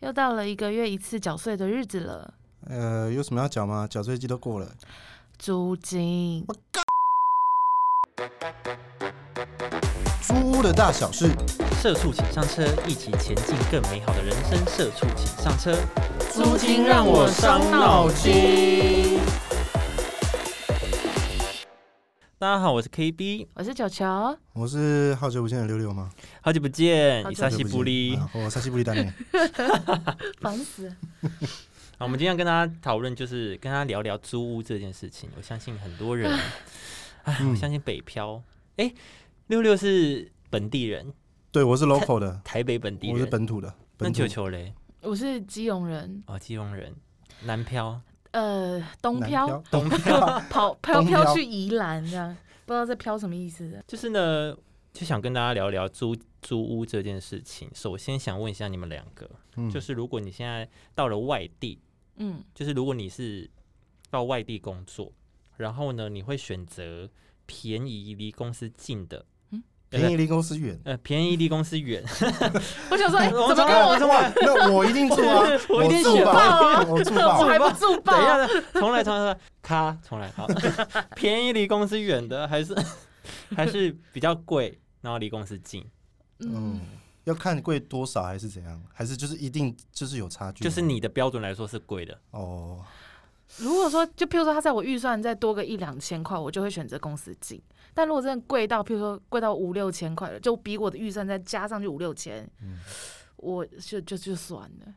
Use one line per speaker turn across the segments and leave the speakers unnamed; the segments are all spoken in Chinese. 又到了一个月一次缴税的日子了，
呃，有什么要缴吗？缴税季都过了。
租金。
租屋的大小事，
社畜请上车，一起前进更美好的人生。社畜请上车。
租金让我伤脑
筋。
大家好，我是 KB，
我是九球，
我是好久不见的溜溜吗？
好久不见，
好
伊
久
莎西布利。
啊我沙西布利丹 尼。
烦死了。
好，我们今天要跟大家讨论，就是跟大家聊聊租屋这件事情。我相信很 多人，哎，我
嗯
相信北漂。哎、六六是本地人，
对，我是 local 的，
台北本地
我是
人。
本土的。
那
本土
九球嘞？
我是基隆人，
哦，基隆人，南漂。
呃，东
南
漂啊
漂，东漂。
跑飘
东
飘
漂
去宜兰这样，不知道在飘什么意思。
就是呢，就想跟大家聊聊租租屋这件事情。首先想问一下你们两个，
嗯
就是如果你现在到了外地，
嗯，
就是如果你是到外地工作，然后呢，你会选择便宜离公司近的，
嗯
便宜离公司远。
呃，便宜离公司远，
我想说，哎、
哦我
怎么跟
从
我
来！
那哇，那我一定住啊
我一定啊
住
选
吧，我住
我
吧。
还不住
等一
爆？
下，重来，重来，重来，咔，重来，好， 便宜离公司远的还是还是比较贵，然后离公司近，
嗯
嗯，，要看贵多少还是怎样，还是就是一定就是有差距吗。
就是你的标准来说是贵的，
哦，
如果说，就譬如说，他在我预算再多个一两千块，我就会选择公司进。但如果真的贵到，譬如说贵到五六千块了，就比我的预算再加上去五六千，
嗯
我就就就算了。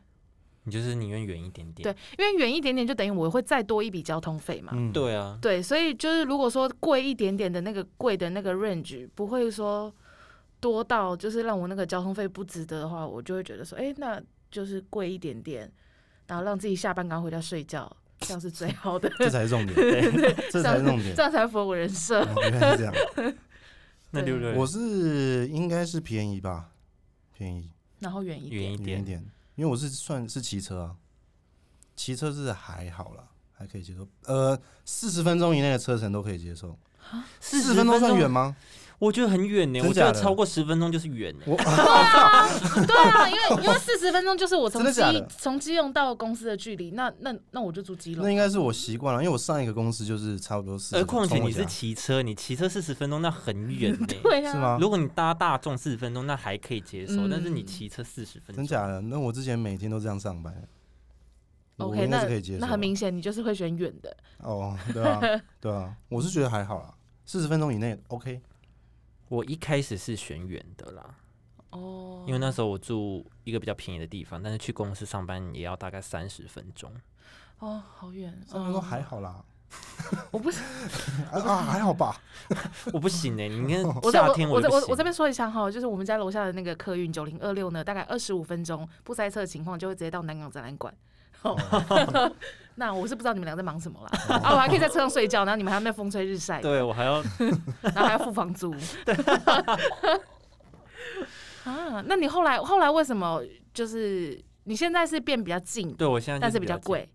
你就是宁愿远一点点。
对，因为远一点点就等于我会再多一笔交通费嘛。
嗯，
对啊，
对，所以就是如果说贵一点点的那个贵的那个 range 不会说多到就是让我那个交通费不值得的话，我就会觉得说，哎、那就是贵一点点，然后让自己下班赶快回家睡觉，这样是最好的，
这才是重点，这才是重点
这。样才符合我人设。
哦原来是这样。
那
对
六六
我是应该是便宜吧，便宜
然后远一点，
远一
远一
点，
点，因为我是算是骑车啊，骑车是还好啦，还可以接受。呃，四十分钟以内的车程都可以接受。四十分钟算远吗？
我觉得很远呢，
真
我觉得
假的
超过十分钟就是远呢。
我
对啊，因为因为四十分钟就是我从
真的
基
假的
从基隆到公司的距离，那那那我就住基
那
隆，
应该是我习惯了，因为我上一个公司就是差不多四
而
十。
呃况且
从我
你是
家
骑车，你骑车四十分钟那很 远呢。
对
是
啊，
吗？
如果你搭大众四十分钟，那还可以接受，
嗯
但是你骑车四十分
真
钟，
假的？那我之前每天都这样上班。我
OK，
应该
那
是可以接受
那
的。
很明显，你就是会选远的。
哦，对啊，对啊，我是觉得还好啦，四十分钟以内 OK。
我一开始是选远的啦，
哦，
因为那时候我住一个比较便宜的地方，但是去公司上班也要大概三十分钟。
哦，好远，
三十分钟
嗯
还好啦，
我不是，
啊啊还好吧。
我不行呢，你看
我在
夏
我
天
我在
就不
我我这
行。
边说一下哈，就是我们家楼下的那个客运九零二六呢，大概二十五分钟不塞车的情况，就会直接到南港展览 馆。哦 那我是不知道你们俩在忙什么啦，
哦
啊，我还可以在车上睡觉，然后你们还在那啊风吹日晒，
对我还要
然后还要付房 租。啊，那你后来后来为什么就是你现在是变比较近，
对我现在就
但是比较
近，
贵？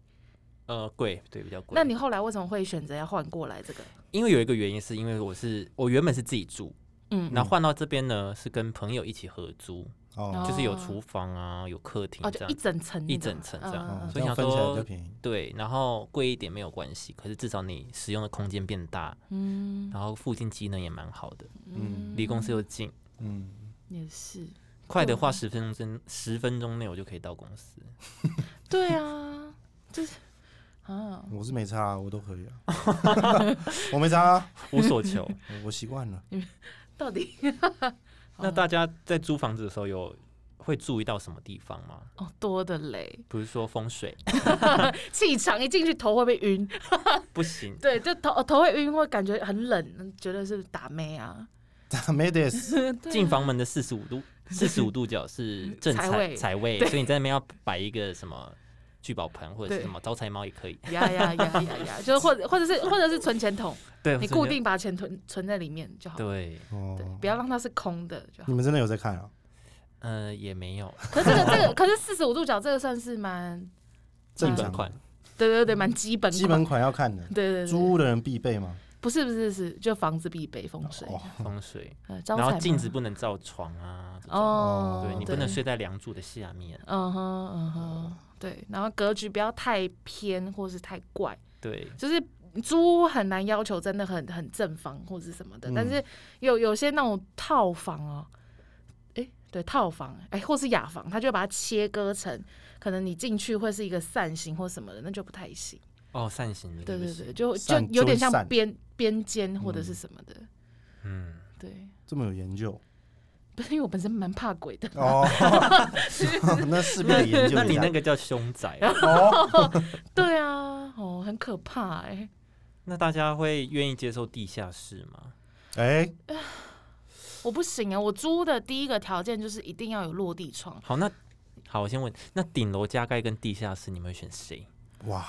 呃，贵对比较贵。
那你后来为什么会选择要换过来这个？
因为有一个原因是因为我是我原本是自己住，
嗯，
然后换到这边呢是跟朋友一起合租，
哦，
就是有
哦
厨房啊，有客厅
哦，
这
就
样
一。整层那种，
一整层这样
嗯嗯嗯
哦
所以
这样
想
分起来比
说
较便宜。
对，然后贵一点没有关系，可是至少你使用的空间变大，
嗯
然后附近机能也蛮好的，
嗯，
离公司又近。
嗯，
也 是，
快的话十分钟，十分钟内我就可以到公司。
对 啊，就是啊，
我是没差啊，我都可以啊，我没差啊，
无所 求。
我我习惯了。
到底
那大家在租房子的时候有会注意到什么地方吗？
哦多的嘞，
比如说风水
气场一进去头会不会晕？
不行，
对，就头哦头会晕，会感觉很冷，觉得是打妹啊。
没得死，
进房门的四十五度，四十 五度角是正
财
财
位
财位，所以你在那边要摆一个什么聚宝盆或者是
对
什么招财猫也可以。
呀呀呀呀呀！就是或者或者是或者是存钱筒，
对
你固定把钱存存在里面就好。
对，
哦
对，，不要让它是空的就好
你。们真的有在看啊？
呃，也 没有
可是这个这个，可是四十五度角这个算是蛮，
正
本
常
款
对对对，蛮基本款
基本款要看的，
对对对，
租屋的人必备吗？
不是不是是，就房子必备风水，
哦，
风水，
呃 招
然后
财
镜
嘛
子不能照床啊，这种
哦，
对你不能睡在梁柱的下面，
嗯哼嗯哼，对，然后格局不要太偏或是太怪，
对，
就是租屋很难要求真的很很正房或是什么的，但
嗯
是有有些那种套房哦，诶，对，套房诶，或是雅房，他就把它切割成可能你进去会是一个扇形或什么的，那就不太行。
哦，扇形的，
对
不
对
行
对，就就
扇
有点
就会
像
散
边边间或者是什么的，
嗯，
对。
这么有研究
不是因为我本身蛮怕鬼的，
哦， 那势必
那
得研究
那
一
你
下
那个叫凶宅，啊
哦，
对啊，哦，很可怕哎、
那大家会愿意接受地下室吗？
哎，
我不行啊！我租的第一个条件就是一定要有落地窗，
好，那好，我先问，那顶楼加盖跟地下室，你们会选谁？
哇，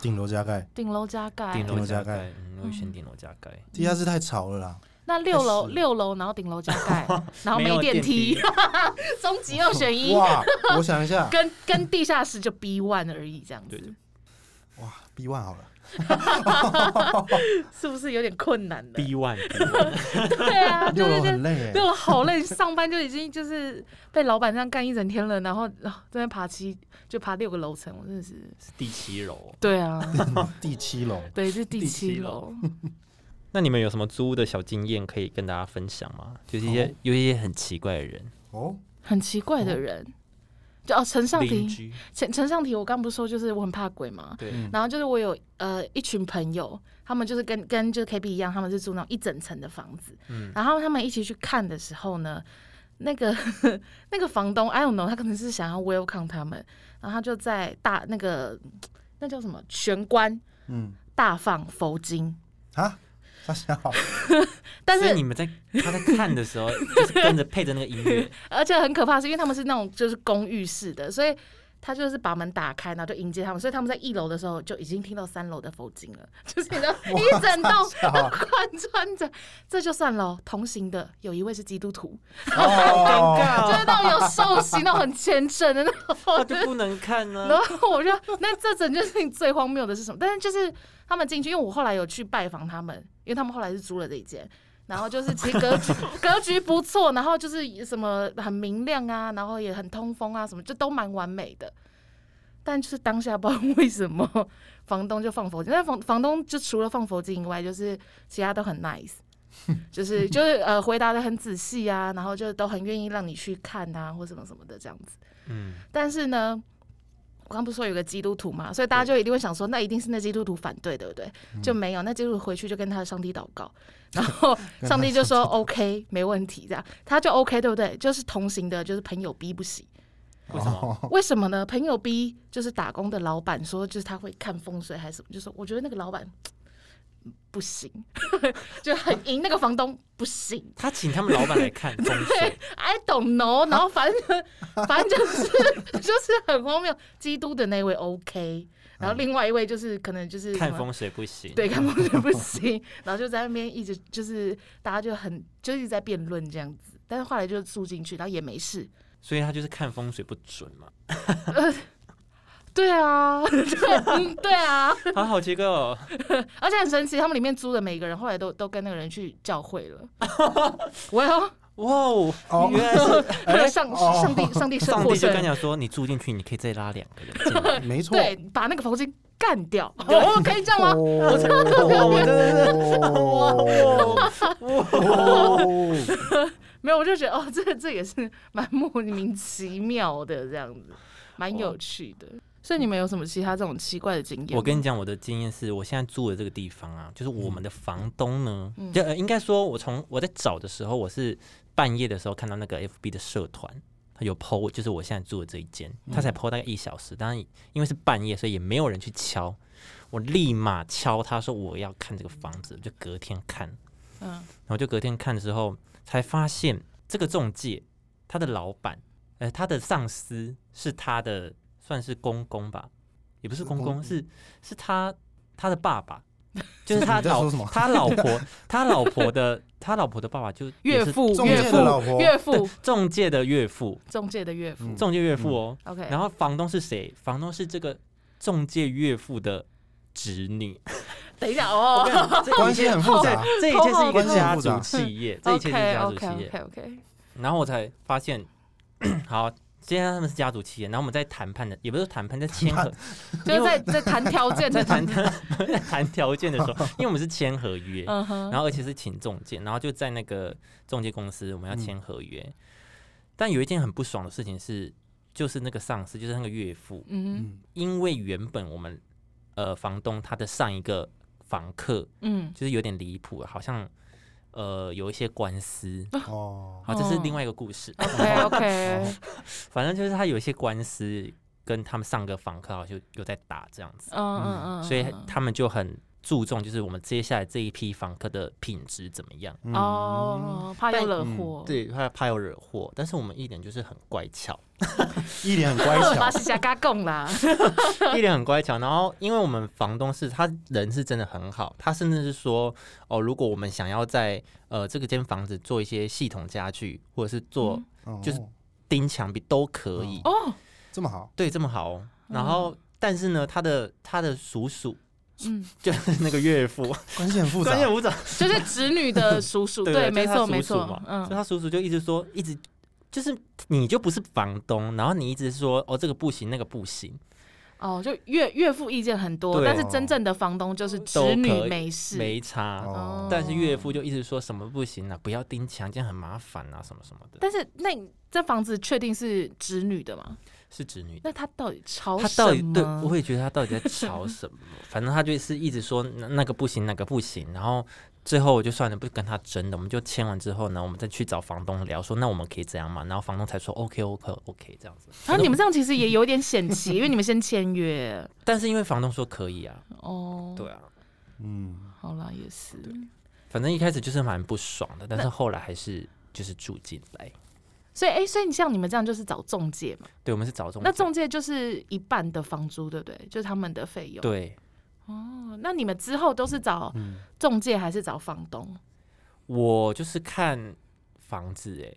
顶楼加盖，
顶楼加盖。啊
顶
顶
楼
楼加
盖
盖，
嗯，我会选顶楼加盖。
地下室太吵了啦，
那六楼
太实
六楼，然后顶楼加 盖，然后
没有
电
梯，
终极二选一，
哇，我想一下，
跟跟地下室就 B one 而已，这样
对
子
哇，B one 好了，
是不是有点困难的？
B one，B one
对 啊，就
六
是
楼
就
很累哎
六，楼好累，上班就已经就是被老板这样干一整天了，然后然后这边爬七就爬六个楼层，我真的是
是第七楼。
对啊，
第七楼，
对，这是第
第
七
七
楼。
那你们有什么租屋的小经验可以跟大家分享吗？就是一些、
哦
有一些很奇怪的人，
哦，
很奇怪的人，就哦，陈尚
邻
廷，
居，
陈陈尚廷，我刚不是说就是我很怕鬼吗？
对，
嗯
然后就是我有呃一群朋友，他们就是跟跟就是 KB 一样，他们是住那种一整层的房子，
嗯
然后他们一起去看的时候呢， 那个那个房东 I don't know，他可能是想要 welcome 他们，然后他就在大那个那叫什么玄关
嗯，
大放佛经，
啊，大家好，
但
所以
是
你们在他在看的时候，就是跟着配着那个音 乐，
而且很可怕，是因为他们是那种就是公寓式的，所以他就是把门打开，然后就迎接他们，所以他们在一楼的时候就已经听到三楼的佛经了， 就是你知道一整栋
大家
都贯穿着，这就算了哦。同行的有一位是基督徒，
好，哦，
就是 那种有受洗、那种很虔诚的那种。
他就不能看呢、
然后我就，那这整件事情最荒谬的是什么？但是就是他们进去，因为我后来有去拜访他们，因为他们后来是租了这一间，然后就是其实格局格局不错，然后就是什么很明亮啊，然后也很通风啊，什么就都蛮完美的。但就是当下不知道为什么房东就放佛经，但房房东就除了放佛经以外，就是其他都很 nice，就是就是呃回答的很仔细啊，然后就都很愿意让你去看啊或什么什么的这样子。
嗯，
但是呢，我刚不是说有个基督徒嘛，所以大家就一定会想说，那一定是那基督徒反对，对不对？就没有，那基督徒回去就跟他的上帝祷 告，然后上帝就说 OK，没问题，这样他就 OK，对不对？就是同行的，就是朋友 B 不行，
为什么？
为什么呢？朋友 B 就是打工的老板说，就是他会看风水还是什么，就说我觉得那个老板。不行， 就很赢那个房东不行
他请他们老板来看风水，
哎，I don't know。然后反正反正就是就是很荒谬。基督的那位 OK，然后另外一位就是可能就是什
看
么
风水不行。
对，看风水不行，然后就在那边一直就是大家就很就一直在辩论这样子，但是后来就住进去，然后也没事。
所以他就是看风水不准嘛。
对啊，对嗯 对啊，
好好奇怪哦，
而且很神奇，他们里面租的每一个人后来都都跟那个人去教会了。我要
哇哦，
哦
原来是
上
哦
上帝上帝圣
上
获
帝就跟
胜
你，讲说，你住进去，你可以再拉两个人进 来。
哦没错，
对，把那个佛经干掉，我可以这样吗？
我
真的我真的
哦，
没有，我就觉得哦，这这也是 蛮莫名其妙的这样子，蛮有趣的。哦所以你们有什么其他这种奇怪的经验吗？
我跟你讲，我的经验是我现在住的这个地方啊，就是我们的房东呢，
嗯
就、呃、应该说，我从我在找的时候，我是半夜的时候看到那个 FB 的社团，他有 PO，就是我现在住的这一间，他
嗯
才 PO 大概一小时，当然因为是半夜，所以也没有人去敲，我立马敲他说我要看这个房子，就隔天看，
嗯，
然后就隔天看的时候才发现，这个中介他的老板，呃，他的上司是他的算是公公吧，也不是公公，
公
是是他他的爸爸，就是他
你在说
老
什么
他老婆他老婆的他老婆的爸爸就也
岳
是
父，
中
岳
介的
父，
老婆，
岳父，
中介的岳父，
中介的岳父。
嗯
中介岳父哦。
OK，
然后房东是谁？房东是这个中介岳父的侄女，
等一下
我
哦
跟你讲这一
关系
切
很复杂
这这一切是
关
一个
系很
家
复杂
族企业，这一切是一
，OK
个家族
OK
企业。
OK OK，
然后我才发现， 好，今天他们是家族企业，然后我们在谈判的，也不是谈判，在签合，
就是在在谈条件
在
的
谈在谈条件的 时候，因为我们是签合约，
嗯哼，
然后而且是请中介，然后就在那个中介公司我们要
嗯
签合约。但有一件很不爽的事情是，就是那个上司，就是那个岳父，
嗯
嗯，
因为原本我们呃房东他的上一个房客
嗯
就是有点离谱，好像呃有一些官司，
哦，
好，这是
哦
另外一个故事。
，OK OK，
反正就是他有一些官司跟他们上个房客好像就有在打这样子，
嗯嗯嗯，
所以他们就很注重就是我们接下来这一批房客的品质怎么样。
嗯，
哦，怕又惹祸，，
嗯对，怕怕有惹祸，但是我们一点就是很乖巧，
一脸很乖
马
巧，
是加加贡啦，
一点很乖巧。然后，因为我们房东是他人是真的很好，他甚至是说，哦，如果我们想要在呃这个间房子做一些系统家具，或者是做
嗯
哦
就是钉墙壁都可以。
哦，
这么好，
对，这么好哦。然后，但是呢，他的他的叔叔
嗯，
就是那个岳父，
关系很复杂
专，业舞蹈，
就是侄女的叔叔，
对，
没
就是他
错没
叔叔
错
嘛，所以
嗯
他叔叔就一直说，一直就是你就不是房东，然后你一直说哦这个不行，那个不行，
哦，就岳岳父意见很多，
对哦
但是真正的房东就是侄女没事，
没差。
哦
但是岳父就一直说什么不行啊，不要钉墙，这样很麻烦啊，什么什么的，
但是那这房子确定是侄女的吗？
是侄女。
那他到底吵
他到
什
底
么？
对，我也觉得他到底在吵什么？ 反正他就是一直说那那个不行，那个不行。然后最后我就算了，不跟他争了。我们就签完之后呢，我们再去找房东聊，说那我们可以这样嘛？然后房东才说 OK OK OK 这样子。
然后你们这样其实也有点险棋，因为你们先签约
但是因为房东说可以啊，
哦。，
啊，
嗯，
好啦，也是。
反正一开始就是蛮不爽的，但是后来还是就是住进来。
所以，哎、所以你像你们这样就是找中介嘛？
对，我们是找中
那
介
中介就是一半的房租，对不对？就是他们的费用。
对嗯
哦，那你们之后都是找中介还是找房东？
我就是看房子哎、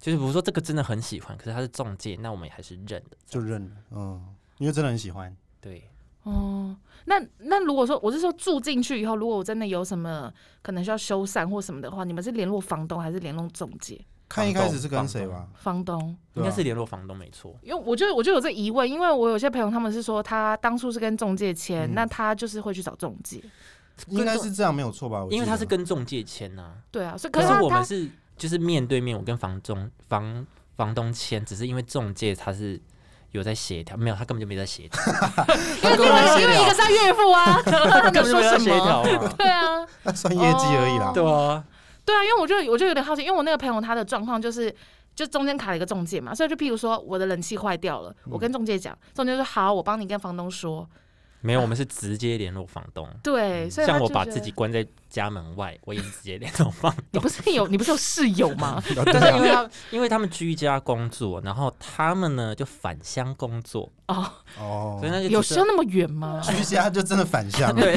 就是比如说这个真的很喜欢，可是他是中介，那我们也还是认的。
就认了，嗯，因为真的很喜欢，
对，
哦，那那如果说我是说住进去以后，如果我真的有什么可能需要修缮或什么的话，你们是联络房东还是联络中介？
看一开始是跟谁
房
吧，
房东，
对
应
啊
该是联络房东没错。
因为我就我就有这疑问，因为我有些朋友他们是说他当初是跟中介签，
嗯
那他就是会去找中介，
应该是这样没有错吧？我
因为他
记
是
得
跟中介签呐、啊，
对啊，所以
可
是
是
他
我们
他
是就是面对面，我跟房中房房东签，只是因为中介他是有在协调，没有他根本就没在协调，
因为
跟
另
我
外
们
因为一个是他岳父 啊， 他能
根本就
说
没在
什
协
么？
调 嘛。
对啊，
那算业绩而已啦，
对啊，
对啊，因为我就我就有点好奇，因为我那个朋友他的状况就是，就中间卡了一个中介嘛，所以就譬如说我的冷气坏掉了，
嗯
我跟中介讲，中介说好，我帮你跟房东说，
没有，我们是直接联络房东。
对，啊所以他
嗯像我
就
把
觉
自
得
己关在家门外，我也是直接联 络房
你
东。
不是有你不是有室友 吗？
但是因为他因为他们居家工作，然后他们呢就返乡工作，
哦，
哦
所以，那就
有
只
需
是
要那么远吗？
居家就真的反向，
对，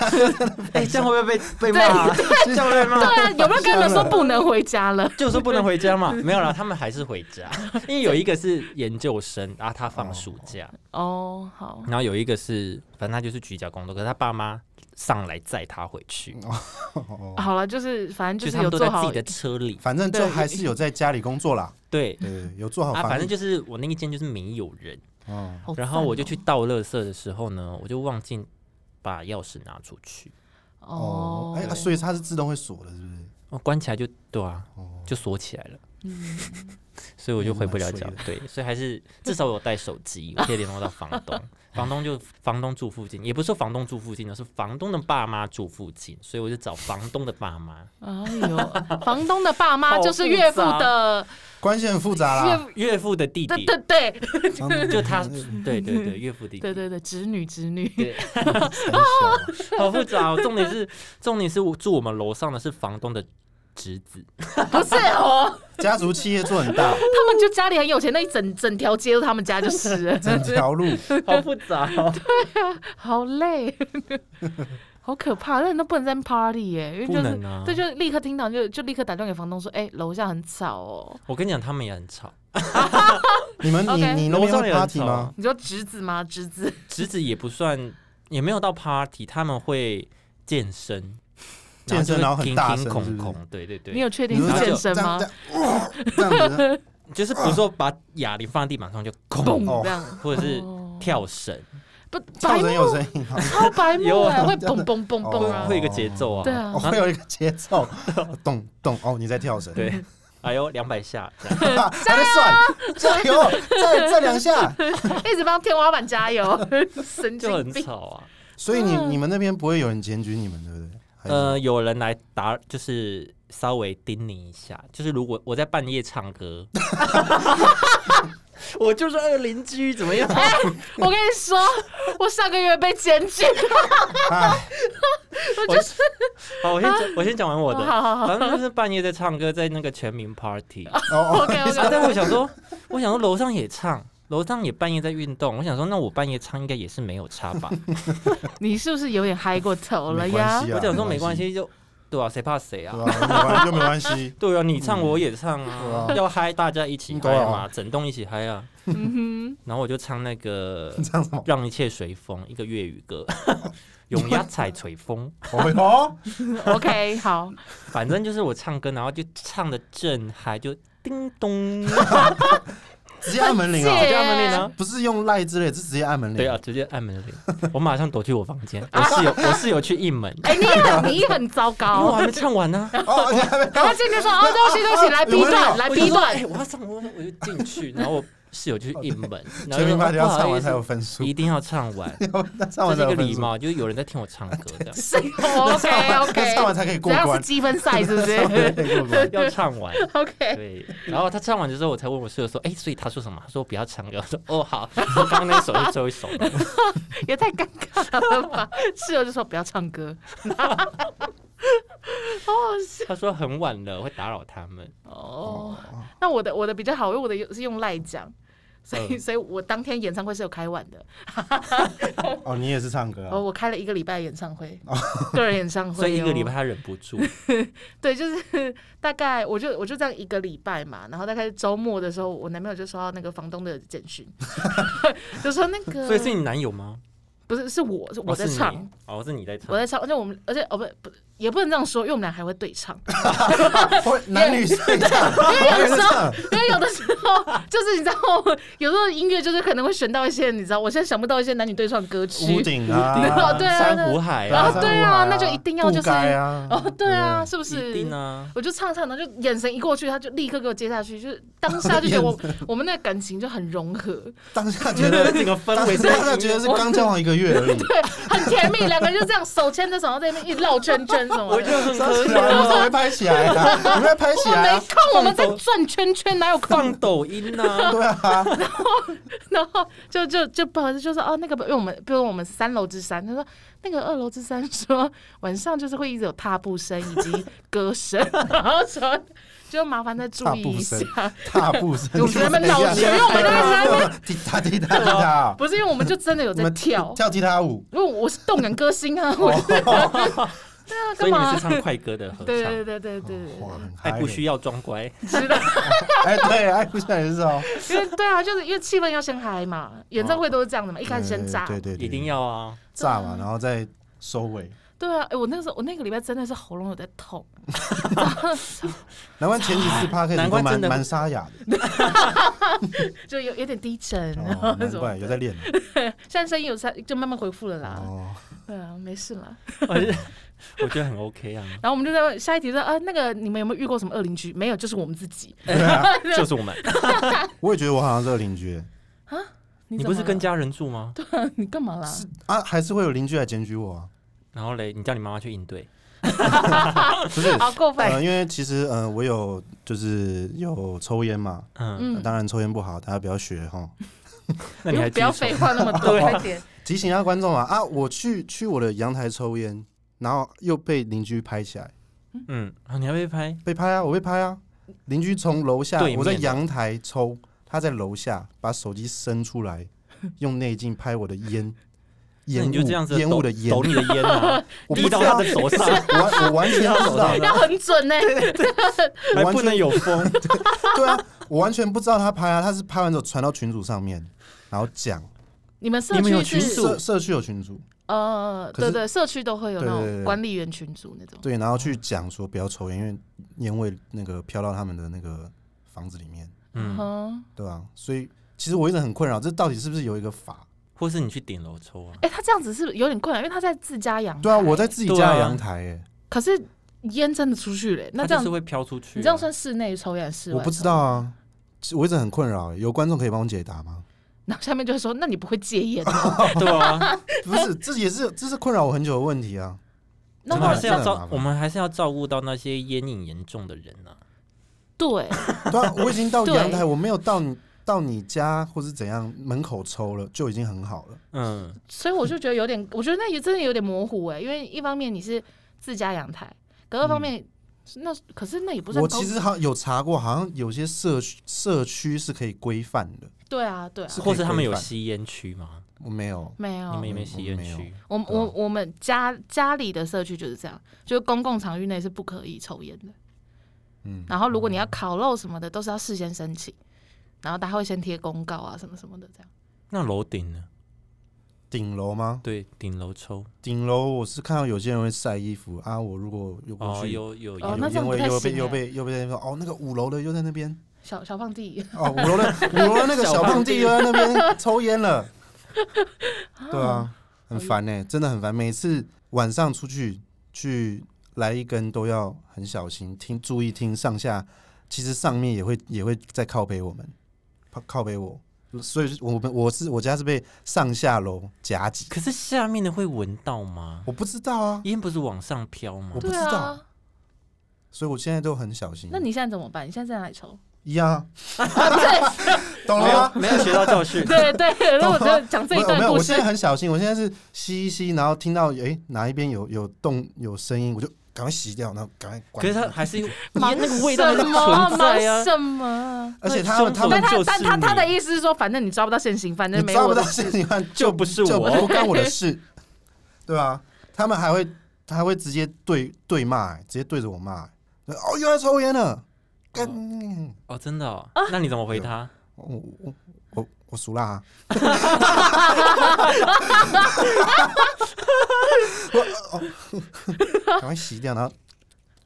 哎，这样会不会被被骂啊？这样会被
对
骂？
啊，有没有跟你们说不能回家 了？
就说不能回家嘛？没有啦，他们还是回 家，因为有一个是研究生，然后他放暑假，
哦，好，
然后有一个是反正他就是居家工作，可是他爸妈上来载他回去，
哦
好了，就是反正
就
就是是
他
有
们都在
做
自
好
己的车里。
反正就还是有在家里工作啦，
对
对，有做好
啊，
防疫，
反正就是我那一间就是没有人。
哦，
好
然后
赞
我就
哦
去倒垃圾的时候呢，我就忘记把钥匙拿出去，
哦，哎，啊所以它是自动会锁的，是不是？
我哦关起来就对啊，
哦，
就锁起来了，
嗯，
所以我就回不了家
蛮。
对，所以还是至少我有带手机，我可以联络到房东。房东就房东住附近，也不是说房东住附近哦的，是房东的爸妈住附近，所以我就找房东的爸妈。
哎呦，房东的爸妈
好
就是
复
岳父
杂
的
关系很复杂
岳
啦，嗯
父，
岳父的弟
对
弟
对，对
就他，对对对，岳父弟弟，
对对对，侄女侄女，
对，
啊
好复杂、哦。重点是，重点是我住我们楼上的是房东的侄子，
不是哦，
家族企业做很 大，
他们就家里很有钱，那一整整条街都他们家就是了，
整条路，
好复杂、哦。
好累， 好可怕，那人都不能在那边 party 耶，因为
不
就是
能啊
对，就立刻听到就就立刻打电话给房东说，哎，楼下很吵哦，
我跟你讲，他们也很吵，
你们你
OK
你那边
楼上
会
也很
party
吵
吗
啊？
你说侄子吗？侄子，
侄子也不算也没有到 party，他们会健身，
健身
然
然后很大声
空
是
空
不是
空，对对对，
你有确定
你说
是
这
健
样
身吗？
这样这样哇 这样子，
就是比如说把哑铃放在地板上就空，
哦
嘣这 样，
或者是
哦
跳绳，
不
跳
白
绳有声
目，啊
音吗？
超白目
有
哎，
啊
会嘣嘣嘣嘣
哦
啊
会，有一个节奏啊，
对啊
哦，，会有一个节奏， 咚咚哦，你在跳绳，
对，哎呦两百下，这样
还在 算，
啊
加油，再再两下。
一直帮天花板加油， 神
就
经
很
病。
吵啊。
所以你
嗯
你们那边不会有人检举你们，对不对？还是
呃，，有人来打，就是稍微叮咛一下，就是如果我在半夜唱歌，我就是二邻居，怎么样？
哎我跟你说，我上个月被检举，
哎
我就是啊
好，我先讲，我先讲 完我的。哦
好好 好
反正就是半夜在唱歌，在那个全民 party。啊
哦
OK
但
OK，
我想说，我想说楼上也唱，楼上也半夜在运动。我想说，那我半夜唱应该也是没有差吧？
你是不是有点嗨过头
哦，
了
没
呀
关？系啊，
我想说没关
系，
系，就对啊，谁怕谁啊
对？吧？没关又没关系，
对啊，你唱我也唱
对
啊
嗯啊，
要嗨大家一起
对
嗨
啊
嘛，整栋一起嗨啊。
嗯
然后我就唱那个
你唱什么？
让一切随风，一个粤语 歌，永压踩随风。
哦哟，
啊
哼，OK，好，
反正就是我唱歌，然后就唱的正嗨，就叮咚，
直接按门铃
很
啊！
贱
就按门铃啊。
不是用赖之类的，是直接按门铃。
对啊，，直接按门铃，我马上躲去我房 间。我室友，我室友去应门，
哎，啊你很你很糟
因为我
糕，
还没唱完啊呢。
哦，而且还没
赶快进去说，哦，对不起
啊
对不起，来 B 段，来
我就
B
说
段
哎，我要唱，我我就进去，然后我室友就去应门，
全
然后就
民
说
party 要
不好
唱
意
完
思
才有分数，
一定要唱完，
那唱
这
完才
是一个
有分
礼
数，
貌，就是有人在听我唱歌 这样。
那唱完
OK
那唱完
OK，
才可以
这
过
样是
关。
积分赛是不是
对过关
要唱完，
？OK，
对。然后他唱完的时候，我才问我室友说：“哎、所以他说什么？”他说：“不要唱歌。”我说：“哦，好。” 我说：“刚刚那首是最后一首了。
也太尴尬了吧？室友就说不要唱歌，好好笑”
他说：“很晚了，我会打扰他们。
哦。那我的我的比较好，因为我的是用赖讲。所以，所以我当天演唱会是有开晚的，
哦，你也是唱歌
哦，
啊？
我开了一个礼拜的演唱会，个人演唱”会哦，
所以一个礼拜他忍不住，
对，就是 大概我就我就这样一个礼拜嘛，然后大概周末的时候，我男朋友就收到那个房东的简讯， 就说那个，
所以是你男友吗？
不是是我啊是我
哦
在
是你
唱，
哦，是你在唱
我。在唱，而且我们而且哦不不也不能这样说，因为我们俩还会对唱，
会男女对唱，
因为有
男女
的时候
唱，
因为有的时候就是你知道，有时候音乐就是可能会选到一些你知道，我现在想不到一些男女对唱歌
屋
曲，
顶
哦
啊，
对啊
珊瑚海
然
啊
后，对啊那就一定要就是
不该啊，
哦对啊，
对
是不是？
一定啊。
我就唱唱，然后就眼神一过去，他就立刻给我接下去，就是当下就觉得我我们那个感情就很融合，
不对，当下 觉
觉
得
得整个氛
当
围是
下觉得是刚交往一个月而已，
对， 很甜蜜，两个人就这样手牵着手，然后在那边一绕圈圈什么
我就
的。
很
三
可
十
惜
秒我们怎么会拍起来啊？你们在拍
我
起来
没
啊？
空，我们在转圈圈，哪有空
放？抖音啊。
对啊，
然后就就就不好意思，就说哦，那个，因为我们，比如我们三楼之三，他说那个二楼之三说晚上就是会一直有踏步声以及歌声，然后说就麻烦再注意一下，
踏步声，
我觉得蛮老 实因为我们那个
边滴答滴答滴答，
不是因为我们就真的有
你
在
们
跳，
跳踢踏舞，
因为我是动感歌星啊，我就是对啊，
哦
干
所以你们
嘛
是？唱快歌的合
对
唱
对，对对对对
哇，很嗨
爱不需要装乖。
知道。
哎，对，爱不需要也是哦，
因 为对啊，就是因为气氛要先嗨嘛，演唱会都是这样的嘛，一开始先炸。
哦对对，对
一定要啊！
炸嘛，然后再收尾。
对啊，哎、我那个时候我那个礼拜真的是喉咙有在痛，
难怪前几次 p a r k
难怪
蛮
真的
蛮沙哑 的，
就有有点低沉， 然后
哦
那
难
种。
怪有在 练
现在声音有在就慢慢恢复了啦。
哦。
对啊，没事啦。
我觉得 我觉得很 OK 啊，
然后我们就在问下一题说啊，那个你们有没有遇过什么恶邻居？没有，就是我们自己。
对啊，
就是我们。
我也觉得我好像是个邻居
你
你
怎
不
么
是
了
跟家人住吗？
你干嘛啦？
啊，还是会有邻居来检举我啊。
然后嘞，你叫你妈妈去应对。
不是，
好过分。
呃，因为其实呃，我有就是有抽烟嘛，
嗯，
嗯，
当然抽烟不好，大家不要学哈。
不
那你还
用不要
继续
废话那么多，
啊
快点。
提醒一下观众啊啊，我去去我的阳台抽烟，然后又被邻居拍起来，
嗯，啊你还被拍？
被拍啊，我被拍啊。邻居从楼下
对，面
我在阳台抽，他在楼下把手机伸出来，用内镜拍我的烟，
那
烟雾
你就这样子
烟雾
抖
的烟
抖，你的烟 啊，
我不
滴
知
到他
道，
的手上，
我完我完全不知道，
要很准呢、
我
还
完
不能
全
有风。
对啊，我完全不知道他拍啊，他是拍完之后传到群组上面，然后讲，
你们社
你们有
区
群
是
组
社社区有群组，
呃，
可是
对对，社区都会有那
对对
种
对
管理员群组那种。
对，然后去讲说不要抽烟，因为烟味那个飘到他们的那个房子里面，
嗯，
嗯，
对吧、所以其实我一直很困扰，这到底是不是有一个法？
或是你去顶楼抽啊，
哎、他这样子是不是有点困难？因为他在自家阳台。
对啊，我在。自己
对
家
啊
的阳台、欸，
可是烟真的出去了、欸那
它
这
就
样
是会飘出去啊。
你这样算室内抽烟还是室外？
我不知道。啊，其实我一直很困扰、欸有观众可以帮我解答吗？
然后下面就会说，那你不会戒 烟吗？
对啊，
不是，这也是这是困扰我很久的问题啊。
那
我
真
后
的
们还
来
是
真的
要
很麻
照
烦，
我们还是要照顾到那些烟瘾严重的人啊。
对，
对啊，我已经到
对
阳台，我没有到你到你家或是怎样门口抽了，就已经很好了。
嗯，
所以我就觉得有点，我觉得那也真的有点模糊哎、因为一方面你是自家阳台，可二方面、那可是那也不算
我
公
其实好有查过，好像有些社区社区是可以规范的，
对啊对啊
是，
或是他们有
可以规范
吸烟区吗？
我没有。
没有
你们有没有
我
吸烟
没有
区？
我
对啊
我我们家家里的社区就是这样，就是公共场域内是不可以抽烟的。
嗯，
然后如果你要烤肉什么的，都是要事先申请，然后他会先贴公告啊什么什么的这样。
那楼顶呢？
顶楼吗？
对，顶楼抽
顶楼我是看到有些人会晒衣服啊，我如果又过
哦，
去，
有有
哦
有
那
有
这样
烟
不
味
太
又被
行
又
欸
被又被人说哦，那个五楼的又在那边，
小小放 弟，
哦，五楼的五楼的那个小胖弟又在那边抽烟
啊
了，对啊，很烦呢、真的很烦。每次晚上出去去来一根都要很小心听，注意听上下，其实上面也会也会在靠背我们，靠靠背我，所以我们我是我家是被上下楼夹击，
可是下面的会闻到吗？
我不知道啊，
烟不是往上飘吗
我？不
对
知道
啊，
所以我现在都很小心。
那你现在怎么办？你现在在哪里抽？
一样啊，
对
懂
哦
了吗？
没有学到教 训
对对， 如果真的讲这一
我啊没
段
有，
故
我
事
现，在很小心，我现在是吸一吸，然后听到诶哪一边有有动有声音，我就赶快洗掉，然后赶快关。
可是它还是有烟
忙
那个味道还是
什么
存在啊
忙。什么？啊
而且他们他
但
凶手
们
他
就是
但他
你
他的意思是说，反正你抓不到现行，反正
你
没
抓
有
不
我
到
的。
现行犯
就不是
就
我
不干我的事，对啊，他们还会他会直接对对骂、直接对着我骂、哦又在抽烟了，干、
哦，真的哦，
啊
那你怎么回他？
我我我我熟啦、 啊。我哦，赶快洗掉，然后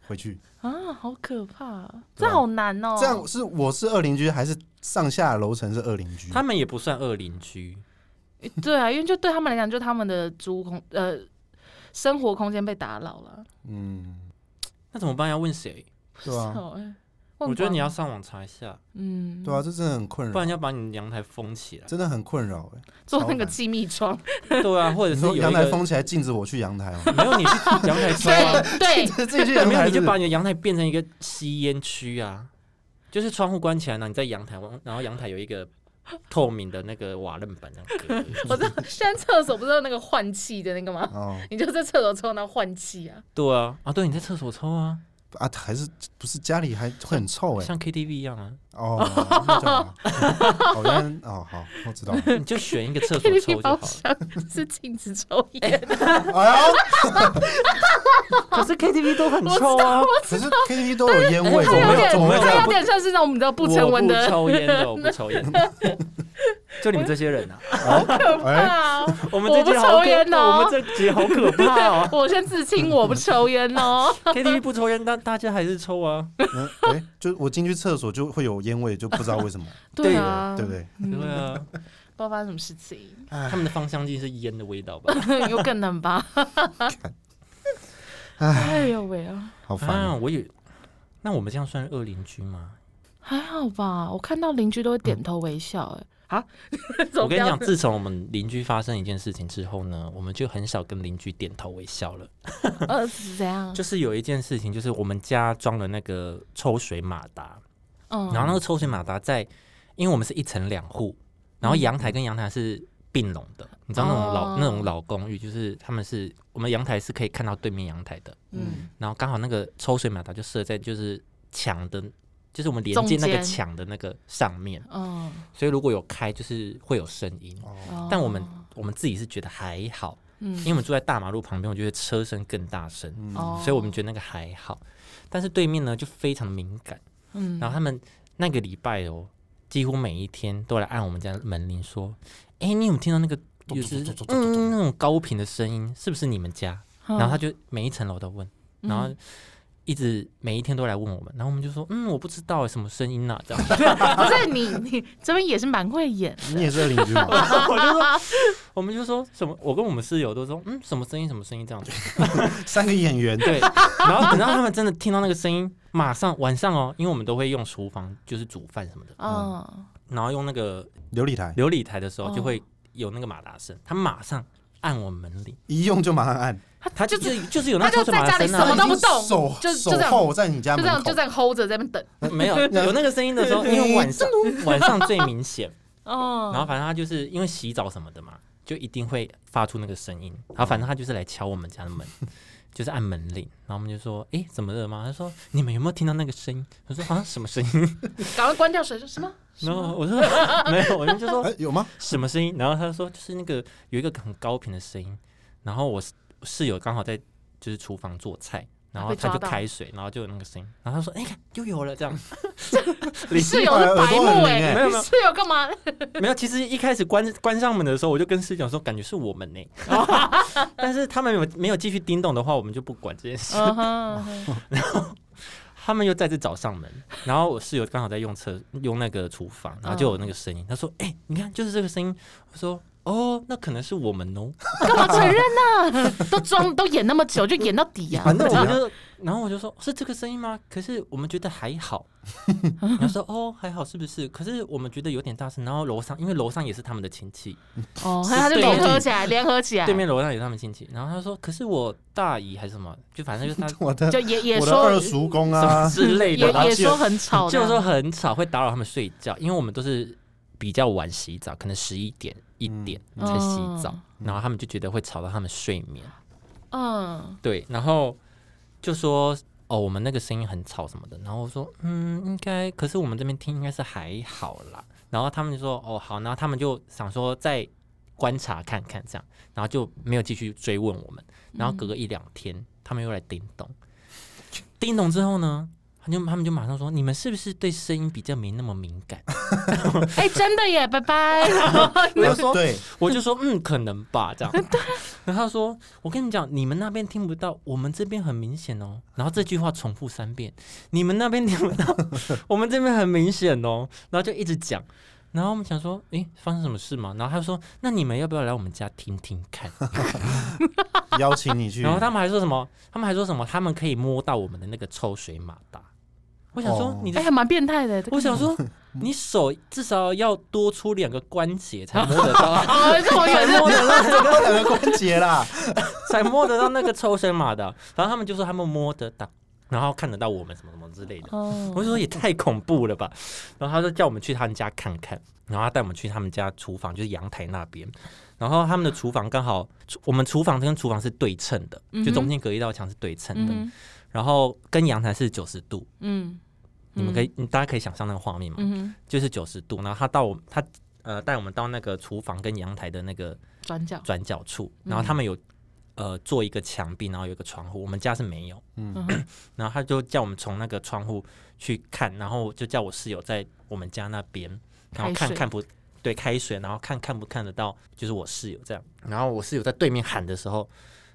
回去。
啊，好可怕啊！
对
这
啊
好难哦。
这样是我是二邻居还是上下楼层是二邻居？
他们也不算恶邻居，
对啊，因为就对他们来讲，就他们的租空呃生活空间被打扰了。
嗯，
那怎么办？要问谁？
对啊
不知
哦
道欸问
我觉得你
光
要上网查一下，
嗯，
对啊，，这真的很困
不
扰
然，要把你阳台封起来。
真的很困扰哎、
做
超
那个
烦
气密 窗，
对啊，或者
你
是
说
有一
阳台
个、
封起来，禁止我去阳台哦
没有你去阳台抽啊，
对对，
自己去
对，
阳
没有
台
你
是
就
不
把
是，
你的阳台变成一个吸烟区啊，就是窗户关起来，然后你在阳台，然后阳台有一个透明的那个瓦楞板这样 隔
我知道现在厕所不是有那个换气的那个吗？
哦
你就在厕所抽那换气啊，
对啊，啊对，你在厕所抽啊，
啊，还是不是家里还会很臭哎、
像 KTV 一样啊，
哦，那就好，好像哦好，我知道 了。
你就选一个 厕所
KTV
抽就
包
好了。
厢是禁止抽烟，
哎呦，
可是 KTV 都很臭啊，
可是 KTV 都有烟味，
它
怎么
有
没有
点
怎么没有
这
它
样
有
不
点像是那种你知道不成文
我不
的
抽烟的，哦 我不抽烟的，就你们这些人啊，
哎，
啊。
我们
我
这
不
集好
抽烟
可，
哦
我们这集好可 怕
啊
哦
我先自清，我不抽烟哦。
，KTV 不抽烟，但大家还是抽啊，
嗯哎，就我进去厕所就会有烟味，就不知道为什 么，
对啊，
对不？对？
嗯
对啊，
不知道发生什么事情，
他们的芳香剂是烟的味道吧？
有可能 吧？哎呦喂啊！
好烦
啊，
哦，
我也，那我们这样算恶邻居吗？
还好吧，我看到邻居都会点头微笑、哎、 啊，
我跟你讲，
走不了
自从我们邻居发生一件事情之后呢，我们就很少跟邻居点头微笑了。
呃是怎样？
就是有一件事情，就是我们家装了那个抽水马达，
嗯，
然后那个抽水马达在，因为我们是一层两户，然后阳台跟阳台是并拢的，你知道那种老、
哦
那种老公寓，就是他们是我们阳台是可以看到对面阳台的，
嗯，
然后刚好那个抽水马达就设在就是墙的，就是我们连接那
中
个
间
墙的那个上面，
嗯，
所以如果有开就是会有声音。
哦，
哦
但我们我们自己是觉得还好，因为
嗯，
我们住在大马路旁边，我觉得车声更大声，
嗯
哦
所以我们觉得那个还好。但是对面呢就非常敏感，
嗯，
然后他们那个礼拜哦，几乎每一天都来按我们家门铃说：“哎、你有听到那个有时嗯那种高频的声音，是不是你们家？
嗯
然后他就每一层楼都问，然后一直每一天都来问我们，然后我们就说嗯我不知道欸什么声音呐、这样。
不是哦你你这边也是蛮会演，
你也是二邻居嘛？
我就说我们就说什么，我跟我们室友都说嗯什么声音什么声音这样子。
三个演员，
对，然后等到他们真的听到那个声音，马上晚上哦，因为我们都会用厨房就是煮饭什么的，
嗯，
然后用那个
琉璃台
琉璃台的时候，就
哦
会有那个马达声，他马上按我门铃，
一用就马上按，
他就
就是
就是有那
他
抽
就
水
在
马
家
达
里
声
什么
啊
都不动
手
就就
手
这样
候在你家
就这样
门
就
口
这，样 hold 着在那边等，，
没 有有那个声音的时候，因为晚上 晚上最 明显，
哦，
然后反正他就是因为洗澡什么的嘛，就一定会发出那个声音。然后反正他就是来敲我们家 的门，就是按门铃。然后我们就说：“诶，怎么了吗？”他说：“你们有没有听到那个声音？”我说：“啊，什么声音
赶快关掉水，说什么？？”
然后我说：“ 没有。”我们就说
哎，有吗？：“
什么声音？”然后他说：“就是那个有一个很高频的声音。”然后我室室友刚好在就是厨房做菜。然后他就
被抓到
开水，然后就有那个声音，然后他说：“哎、看又有了这样。
你室友是白
耳朵很
目
灵
哎
欸，
没有没
你
有
室友干嘛？”
没有，其实一开始关关上门的时候，我就跟师讲说，感觉是我们呢、 但是他们有没有继续叮咚的话，我们就不管这 件事。
嗯哼，
他们又再次找上门，然后我室友刚好在用厕用那个厨房，然后就有那个声音，他说：“哎、你看，就是这个声音。”我说：“哦，那可能是我们哦。
干嘛承认呢？ 都装都演那么久，就演到底”啊
啊！
反正我们就，然后我就说：“哦是这个声音吗？”可是我们觉得 还好。然后说：“哦，还好，是不是？”可是我们觉得有点大声。然后楼上，因为楼上也是他们的亲戚，
哦，他就联合起来，联合起来，
对面楼上也是他们亲戚，然后他说：“可是我大姨还是什么，就反正就 是他
我的
就也也
我的
说
二叔公
什么
啊，
之类的，然
也
后
也说很吵，
就是说很吵，会打扰他们睡觉，因为我们都是比较晚洗澡，可能十一点一点
嗯
才洗澡，
嗯
然后他们就觉得会吵到他们睡眠。
嗯，
对，然后就说哦，我们那个声音很吵什么的，然后我说嗯，应该，可是我们这边听应该是还好啦。然后他们就说哦好，然后他们就想说再观察看看这样，然后就没有继续追问我们。然后隔个一两天，他们又来叮咚，叮咚之后呢？他就他们就马上说，你们是不是对声音比较没那么敏感？
哎，真的耶，拜 拜。
我就说，
呃对，
我就说，嗯，可能吧，这样。然后他说，我跟你讲，你们那边听不到，我们这边很明显哦。然后这句话重复三遍，你们那边听不到， 我们这边很明显哦。然后就一直讲。然后我们想说，诶，发生什么事吗？然后他说，那你们要不要来我们家听听看？
邀请你去，
然后 他们还说什么？他们还说什么？他们可以摸到我们的那个抽水马达。我想说
哦，
你的
哎，还蛮变态的。哦这个
我想 说，你手至少要多出两个关节才摸得到，
哦，这我
才
也是
摸得到，
他两个关节啦，
才摸得到那个抽身马的。啊然后他们就说他们摸得到，然后看得到我们什么什么之类的。我
哦，
就说也太恐怖了吧！然后他就叫我们去他们家看看，然后他带我们去他们家厨房，就是阳台那边。然后他们的厨房刚好，我们厨房跟厨房是对称的，就中间隔一道墙是对称的，
嗯
然后跟阳台是九十度。
嗯，
你们可以，你大家可以想象那个画面嘛，
嗯，
就是九十度。然后他到我他呃带我们到那个厨房跟阳台的那个
转角，
转角处，然后他们有呃做一个墙壁，然后有一个窗户，我们家是没有。
嗯
然后他就叫我们从那个窗户去看，然后就叫我室友在我们家那边，然后
开
看
水
看不对开水，然后看看不看得到，就是我室友这样。然后我室友在对面喊的时候，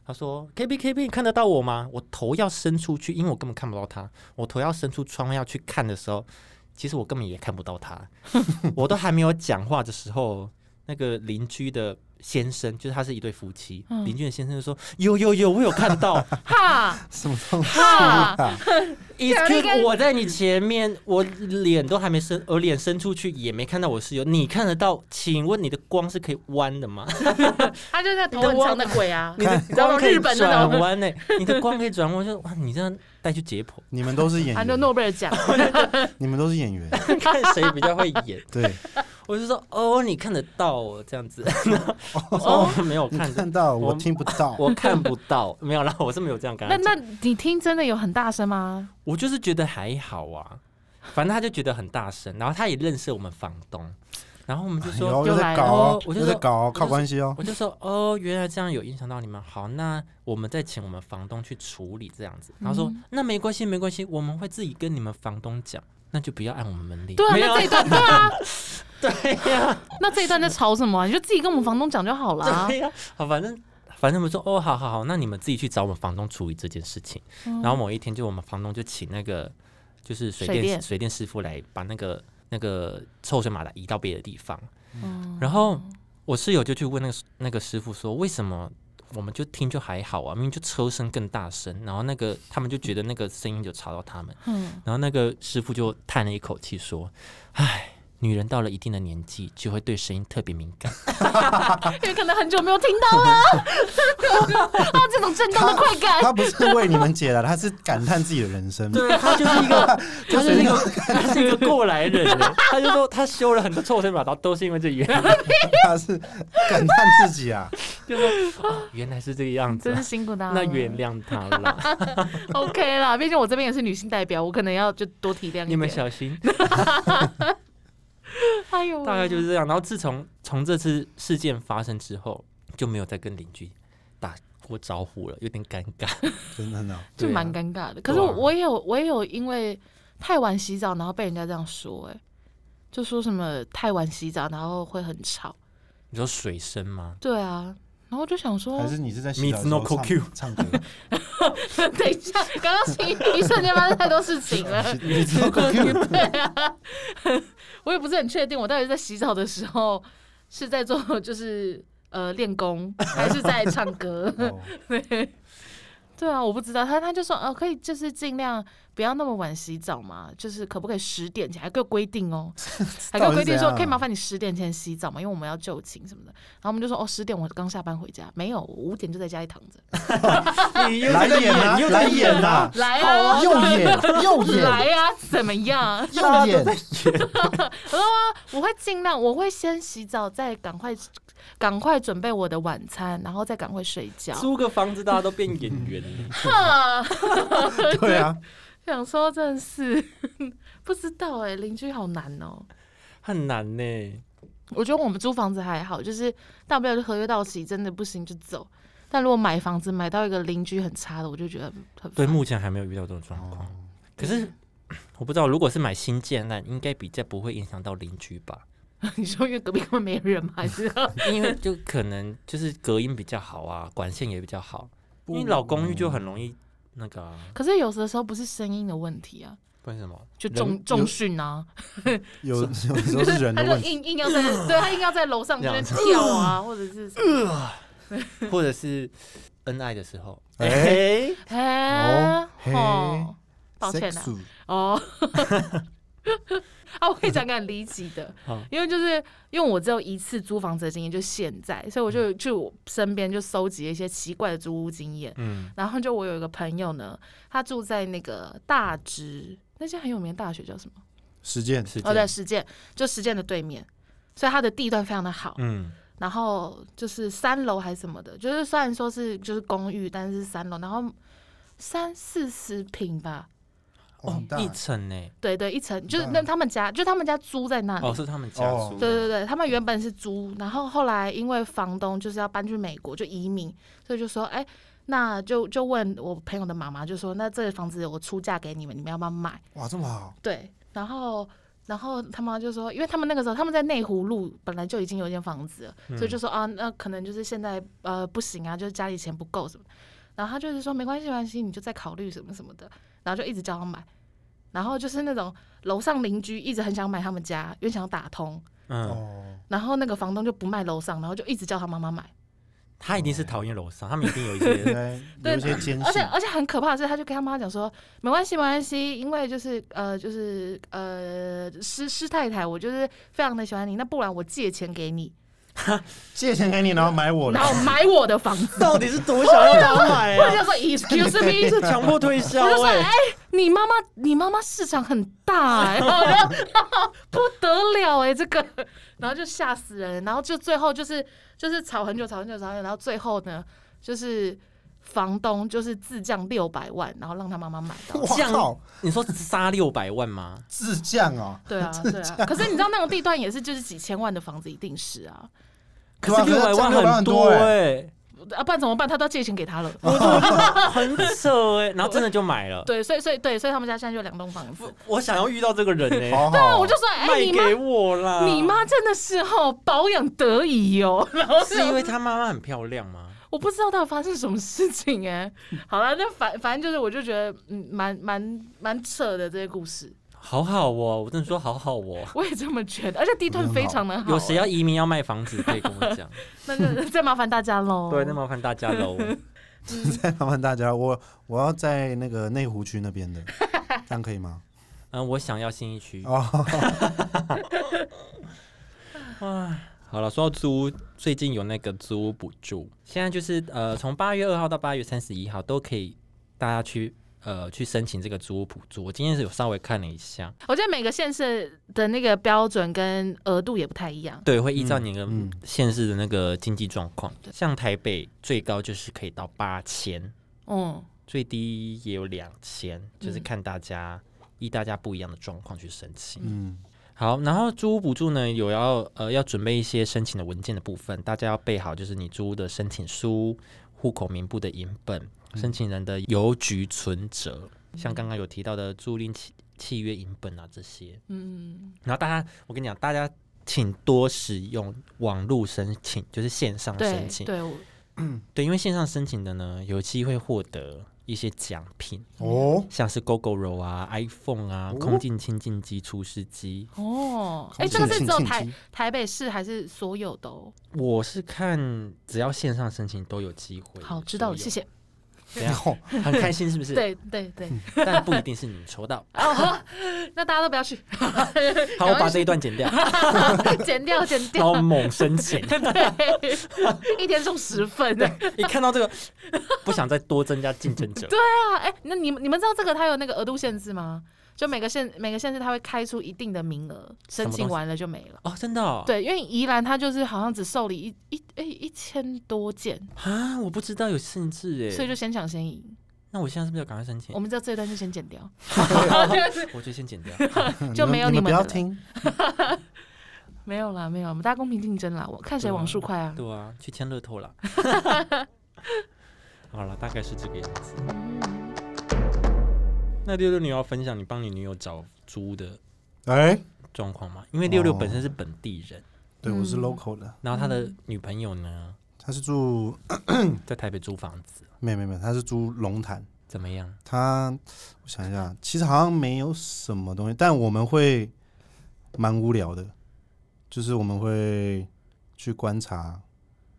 他说：“K B K B，你看得到我吗？”我头要伸出去，因为我根本看不到他。我头要伸出窗外要去看的时候，其实我根本也看不 到他。我都还没有讲话的时候，那个邻居的先生，就是他是一对夫妻，
嗯
邻居的先生就说：“有有有，我有看到。”
哈
什么东西
哈，
啊？
Excuse，me，我在你前面，我脸都还没伸，我脸伸出去也没看到我室友，你看得到？请问你的光是可以弯的吗？
他就在头很长的鬼啊，
你的
你知道
光
吗
可以
日本那
转
种
弯呢、欸你的光可以转弯，我就哇，你这样带去解剖，
你们都是演
他啊就
员，
诺贝尔奖，
你们都是演员，
看谁比较会演。
对，
我就说哦，你看得到哦，这样子。我说哦，没有
你
看到，
看到
我
我听不到，
我看不到，没有啦，我是没有这样跟他
那
讲。
那你听真的有很大声吗？
我就是觉得还好啊，反正他就觉得很大声，然后他也认识我们房东，然后我们就说
然后
又
又
来
在搞
了
哦，
我就
又在
说
搞哦，
就
靠关系哦，
我就说哦，原来这样有影响到你们，好，那我们再请我
嗯
们房东去处理这样子。然后说、那没关系，没关系，我们会自己跟你们房东讲。那就不要按我们门铃。
对啊，
没有
那这一段对啊，
对呀、
那这一段在吵什么啊？你就自己跟我们房东讲就好啊啦。
对呀、好，反正反正我们说哦，好好好，那你们自己去找我们房东处理这件事情。
嗯
然后某一天，就我们房东就请那个就是水
水
电
电
水电师傅来把那个那个抽水马达移到别的地方。
嗯
然后我室友就去问那个那个师傅说，为什么我们就听就还好啊，明明就车声更大声，然后那个他们就觉得那个声音就吵到 他们。
嗯，
然后那个师傅就叹了一口气说：“唉，女人到了一定的年纪，就会对声音特别敏感。
因为可能很久没有听到 了，啊，这种震动的快感，
他不是为你们解答，他是感叹自己的人生。
对，他就是一个，他就是一个，
就是
他是一个过来人 了。他就说他修了很多臭水马达，都是因为这原 因，
他是感叹自己啊，
就说哦，原来是这个样子
真
啊、
是辛苦他了。
那原谅他 了，
OK 啦，毕竟我这边也是女性代表，我可能要就多体谅一
你们
点。
小 心。
哎呦喂，
大概就是这样。然后自从从这次事件发生之后，就没有再跟邻居打过招呼了，有点尴 尬，
真的很好。
就
对啊
蛮尴尬的。可是
对
我
啊
我也有我也有因为太晚洗澡，然后被人家这样说、哎，就说什么太晚洗澡，然后会很吵。
你说水声吗？
对啊，然后我就想说
还，是你是在洗澡的时
Meets
候
no
唱
Q
唱歌
等一下，刚刚 是一一瞬间发生太多事情了。
？Meets no Q，
对啊， 我也不是很确定，我到底是在洗澡的时候是在做就是呃练 功，还是在唱歌？
哦
对，对啊，我不知道，他他就说，呃，可以就是尽量不要那么晚洗澡嘛，就是可不可以十点前，还给我规定 哦，还给我规定说，可以麻烦你十点前洗澡嘛，因为我们要就寝什么的。然后我们就说，哦，十点我刚下班回家，没有，我五点就在家里躺 着，
你
来演啊，来演啊，
来啊，
右眼右
来
眼
呀、怎么样？
右眼，
我会尽量，我会先洗澡，再赶快赶快准备我的晚餐，然后再赶快睡觉。
租个房子，大家都变演员了。
哈，
对啊，
想说真的是 不知道哎、邻居好难哦、
很难呢。
我觉得我们租房子还好，就是大不了就合约到期，真的不行就走。但如果买房子买到一个邻居很差的，我就觉得很很
对，
烦
目前还没有遇到这种状况。可是我不知道，如果是买新建，那应该比较不会影响到邻居吧？
你说因为隔壁根本没人嘛，还是
因为就可能就是隔音比较好啊，管线也比较好。因为老公寓就很容易那个、啊，
可是有的时候不是声音的问题啊，
不然什 么
就
人
重重训啊，
有有时候是人
他
的
就
问题，
硬硬要在那对他硬要在楼上这边跳啊，或者是什么
或者是恩爱的时候，
哎
哎，
哎
哦嘿
哦，抱歉啊
Sexu
哦。 啊，我跟你讲个很离奇的
好，
因为就是因为我只有一次租房子的经验，就是现在，所以我就去我身边就搜集了一些奇怪的租屋经验。
嗯，
然后就我有一个朋友呢，他住在那个大直那间很有名的大学叫什么？
实践
是
哦，对，，实践，就实践的对面，所以他的地段非常的好。
嗯，
然后就是三楼还是什么的，就是虽然说是就是公寓，但是是三楼，然后三四十平吧，
哦
哦
很，大
一层呢，
对对，一层就是
很大
那他们家，就他们家租在那里。
哦，是他们家
哦
族的，
对对对，他们原本是租，然后后来因为房东就是要搬去美国，就移民，所以就说，哎，那就就问我朋友的妈妈，就说，那这个房子我出价给你们，你们要不要买？
哇，这么好，
对，然后然后他妈就说，因为他们那个时候他们在内湖路本来就已经有一间房子了，所以就说啊，那可能就是现在呃不行啊，就是家里钱不够什么的。然后他就是说没关系没关系，你就再考虑什么什么的，然后就一直叫他买。然后就是那种楼上邻居一直很想买他们家，因为想打通，
嗯，
哦，
然后那个房东就不卖楼上，然后就一直叫他妈妈买。
他一定是讨厌楼上，他们一定有一些
应该有一些艰
而且
辛，
而且很可怕的是，他就跟他妈讲说，没关系没关系，因为就是呃就是呃师师太太，我就是非常的喜欢你，那不然我借钱给你，
借钱给你，然后买我的
然，后买我的房 子。
到底是多想要啊他买
我？就说 Excuse me，
这 强迫推销
我就说
哎、
哎、你妈妈你妈妈市场很大哎、然后我就 不得了哎、这个，然后就吓死人，然后就最后就是就是吵很久吵很久吵很久，然后最后呢就是房东就是自降六百万，然后让他妈妈买到。
哇靠，
你说杀六百万吗？
自降哦，
对 啊，对啊。可是你知道那种地段也是就是几千万的房子一定是啊，
对啊可是
是六
这
百
样600万
很
很多
哎、
啊，不然怎么办？他都借钱给他了。
很扯哎、然后真的就买了。
对，所以所以对，所以他们家现在就有两栋房子。
我想要遇到这个人 呢、
好好，
啊，我就说，哎、
卖
你妈，
给我啊啦！
你妈真的是哦，保养得宜哦。 然后
是因为他妈妈很漂亮吗？
我不知道到底发生什么事情哎、好了，那反反正就是，我就觉得嗯，蛮蛮蛮扯的这些故事，
好好哦，我真的说好好哦。
我也这么觉得，而且第一段非常的好、
有谁要移民要卖房子可以跟我 讲，
那就再麻烦大家喽。
对，那麻烦大家喽。
再麻烦大家，我我要在那个内湖区那边的，这样可以吗？
嗯，我想要新一区。
哦，
好了，说到租屋，最近有那个租屋补助，现在就是呃，从八月二号到八月三十一号都可以，大家去呃去申请这个租屋补助。我今天是有稍微看了一下，
我觉得每个县市的那个标准跟额度也不太一样。
对，会依照你的
嗯
县市的那个经济状况，像台北最高就是可以到八千，
嗯，
最低也有两千，就是看大家、依大家不一样的状况去申请。
嗯，
好，然后租屋补助呢，有要呃要准备一些申请的文件的部分，大家要备好，就是你租屋的申请书、户口名簿的影本、申请人的邮局存折，像刚刚有提到的租赁契契约影本啊这些。
嗯，
然后大家，我跟你讲，大家请多使用网络申请，就是线上
对
申请，
对，我
对，因为线上申请的呢，有机会获得一些奖品，
哦，
像是 GoGo 柔啊、iPhone 啊、
哦
空镜清净机、除湿机。
哦，哎、
空气
这个是只有
清
台
新机
台北市还是所有的哦？
我是看只要线上申请都有机会。
好，知道了，谢
谢。
谢。
怎样？ 很开心是不 是？，
对对对，
但不一定是你 抽到。
哦，好那大家都不要 去，
好，我把这一段剪掉，
剪掉剪
然
掉
后，猛申请。
对，一天中十份。对
一看到这个，不想再多增加竞 争者。
啊，哎、那你们你们知道这个它有那个额度限制吗？就每个县每个县市它会开出一定的名额，
么
申
东西
请完了就没了。
哦，真的、哦？
对，因为宜兰它就是好像只受理一一哎、一千多件，
啊，我不知道有限制哎。
所以就先抢先赢。
那我现在是不是要赶快申请
我？们知道这一段就先剪 掉，
我就先剪掉。
就没有
你
你们
们不
的
要
了
听，
没有啦，没有，我们大家公平竞争啦，我看谁
对啊
网速快啊。
对啊，去签乐 透了。好了，大概是这个样子。
嗯
那六六，你要分享你帮你女友找租的
哎，
状况吗？因为六六
哦
本身是本地人，
对我是
嗯
local 的，
然后他的女朋友呢，
他是住
在台北租房子，
没有没有没有，他是住龙潭，
怎么样？
他我想一下，其实好像没有什么东西，但我们会蛮无聊的，就是我们会去观察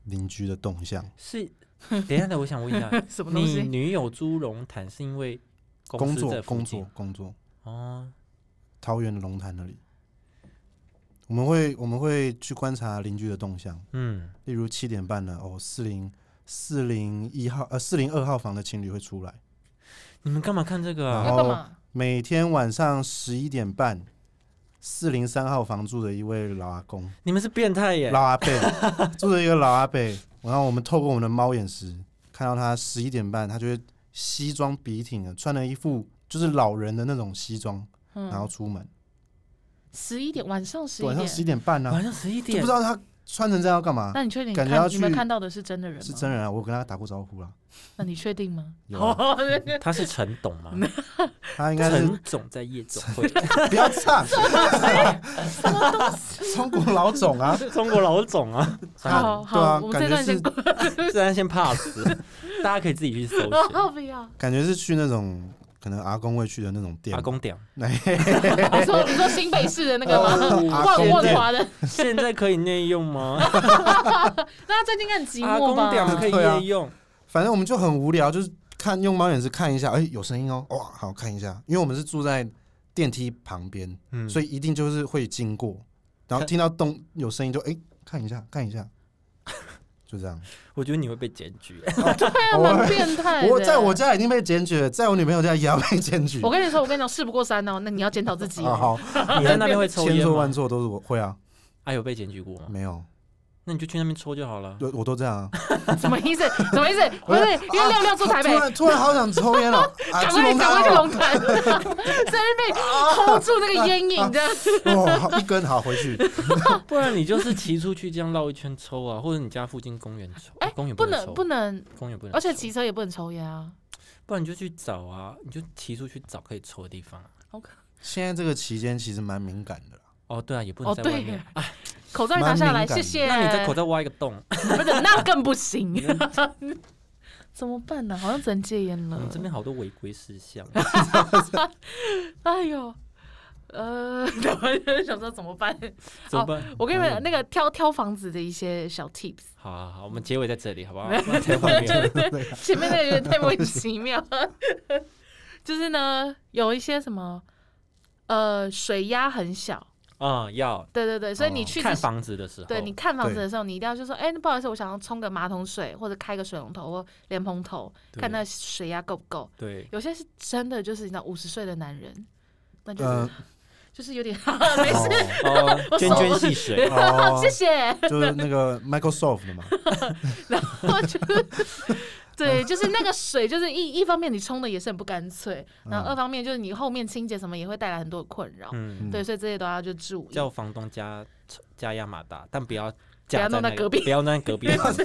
邻居的动向，
是，等一下，等我想问一下，
什么东
你
西？
女友租龙潭是因为
工
司在
作
附
工
近
作工作，
哦，
桃园的龙潭那里，我们会我们会去观察邻居的动向，
嗯，
例如七点半了，哦，四零四零一号呃四零二号房的情侣会出来，
你们干嘛看这个
然
啊？
要
后
干嘛？
每天晚上十一点半，四零三号房住的一位老阿公。
你们是变态耶！
老阿伯住着一个老阿伯，然后我们透过我们的猫眼石看到他十一点半，他就会西装笔挺的，穿了一副就是老人的那种西装，然后
嗯，
出门，
十一点晚上十一
晚上
点，
十一点半呢、
晚上十一
就不
点
知，道他穿成这样要干嘛。
那你确定你
感觉要
看你们
去
看到的是真的人吗？
是真人啊，我跟他打过招呼啦。
那你确定 吗？
有啊
他是陈董吗？
他应该是
陈总在夜总会，
不要唱， 中国老总啊，
中国老总 啊，
好
对啊
好，我们
感
这
觉
段
是
先过。
虽然先 pass，大 家可以自己 去搜寻。
哦，不要。
感觉是去那种可能阿公会去的那种店哎
阿，公屌，
你说你说新北市的那个吗？
哦阿
万
公
万
店
华的，
现在可以内用吗？
那最近很寂
阿
寞
公屌
吧？
可以
啊
内用，
反正我们就很无聊，就是看用猫眼石看一下，哎、有声音哦，哇，好看一下，因为我们是住在电梯旁边，
嗯，
所以一定就是会经过，然后听到动有声音就哎、看一下看一下，就 这样。
我觉得你会被检举。
对啊，蛮变态的。
我在我家已经被检举了，在我女朋友家也要被检举。
啊我跟你说，我跟你讲，事不过三哦，那你要检讨自己
啊
哦。
好，
你在那边会抽
千
烟
错万
吗？
错都是我会啊，
嗯
啊，有被检举过吗？
没有，
那你就去那边抽就好了。
我我都这 样啊。
什么意思？什么意思？不 是，因为六六住台北
突，然突然好想抽烟了，啊，
赶
去
快
龙
赶快去
潭啊
龙潭， 在那边 hold 住那个烟瘾这样子。
哦，哦好一根好回去。
哦
不然你就是骑出去这样绕一圈抽啊，或者你家附近公园抽，
哎，
公园
不
能
能
抽
不能，
公园不能抽，
而且骑车也不能抽烟啊。
不然你就去找啊，你就骑出去找可以抽的地方啊。
现在这个期间其实蛮敏感的啦，
哦，对啊，也不
哦，
能在外
对
面。
耶，口罩也拿下来，
蛮敏感
谢
的
谢。
那你在口袋挖一个洞，
不是，那更不行。怎么办呢、好像只能戒烟
我
了
们。这边好多违规事项。
哦哎呦，呃，我就想说怎么办？
怎么办？
我跟你
哎
们那个挑挑房子的一些小 tips，
好好好，我们结尾在这里，好不好？不然太荒谬了
前面那个有点太莫名其妙。 就是呢，有一些什么，呃，水压很小，
啊！要
对对对，所以你
哦
去
看
之
房哦子的时候，
对，你看房子
对
的时候，你一定要就说，哎、那不好意思，我想要冲个马桶水，或者开个水龙头或莲蓬头，
对
看那水压够不够。
对
有些是真的，就是你知道五十岁的男人，那就是、哎
嗯，
就是有点 没事，
呃哦，
我
涓
手
涓细 水，
哦
谢，谢。
就是那个 Microsoft 的嘛，
然后就是，对，就是那个水，就是一一方面你冲的也是很不干脆，然后二
嗯
方面就是你后面清洁什么也会带来很多的困扰。
嗯，
对，所以这些都要就注意。
叫房东加加压马达，但不要
不要
加在
弄到
那
隔
个
壁
不要弄在 隔壁的房子。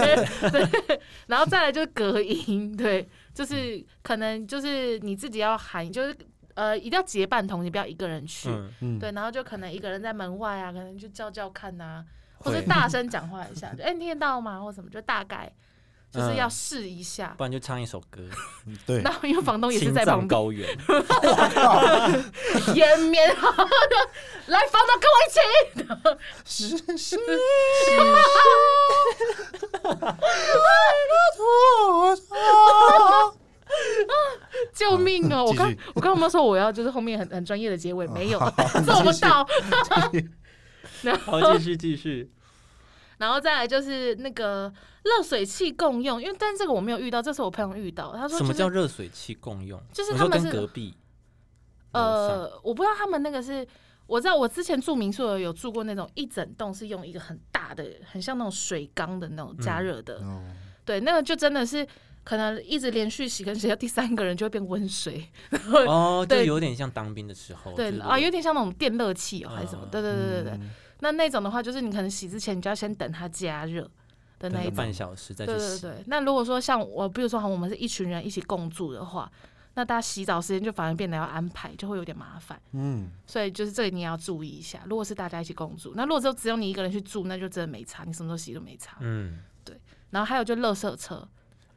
然后再来就是隔音，对，就是可能就是你自己要喊，就是呃一定要结伴同行，不要一个人去，
嗯，
嗯，
对，然后就可能一个人在门外啊，可能就叫叫看啊呐、或
会
者大声讲话一下， 就哎、你听得到吗？或什么，就大概就是要试一下。
不然就唱一首 歌，
嗯对，
然后因为房东也是
青
在旁
藏
边，
高原，
延绵，然后就啊 来房东跟我一起，
是 是，
救命哦！
继
我
续
刚我刚刚有没有说我要就是后面很很专业的结 尾？没有
好，
做不
继续
到。
好，继续继续。
然后再来就是那个热水器共用，因为但这个我没有遇到，这是我朋友遇到，他说、就是、
什么叫热水器共用？
就是
你
他
说
们
跟
是
隔壁，楼上，
呃，我不知道他们那个是，我知道我之前住民宿的有住过那种一整栋是用一个很大的，很像那种水缸的那种加热的，
哦
对，那个就真的是可能一直连续洗，可能洗到第三个人就会变温水，然后、
哦，就
对
有点像当哦兵的时候，
对
就是
啊，有点像那种电热器哦、还是什么，
啊
对对对对对。
嗯
那那种的话，就是你可能洗之前你就要先等它加热的
等
那一
个
种。
半小时再去
对对
洗，
对，那如果说像我，比如说好，我们是一群人一起共住的话，那大家洗澡时间就反而变得要安排，就会有点麻烦。
嗯，
所以就是这个你也要注意一下。如果是大家一起共住，那如果就只有你一个人去住，那就真的没差，你什么时候洗都没差。
嗯。
然后还有就垃圾车，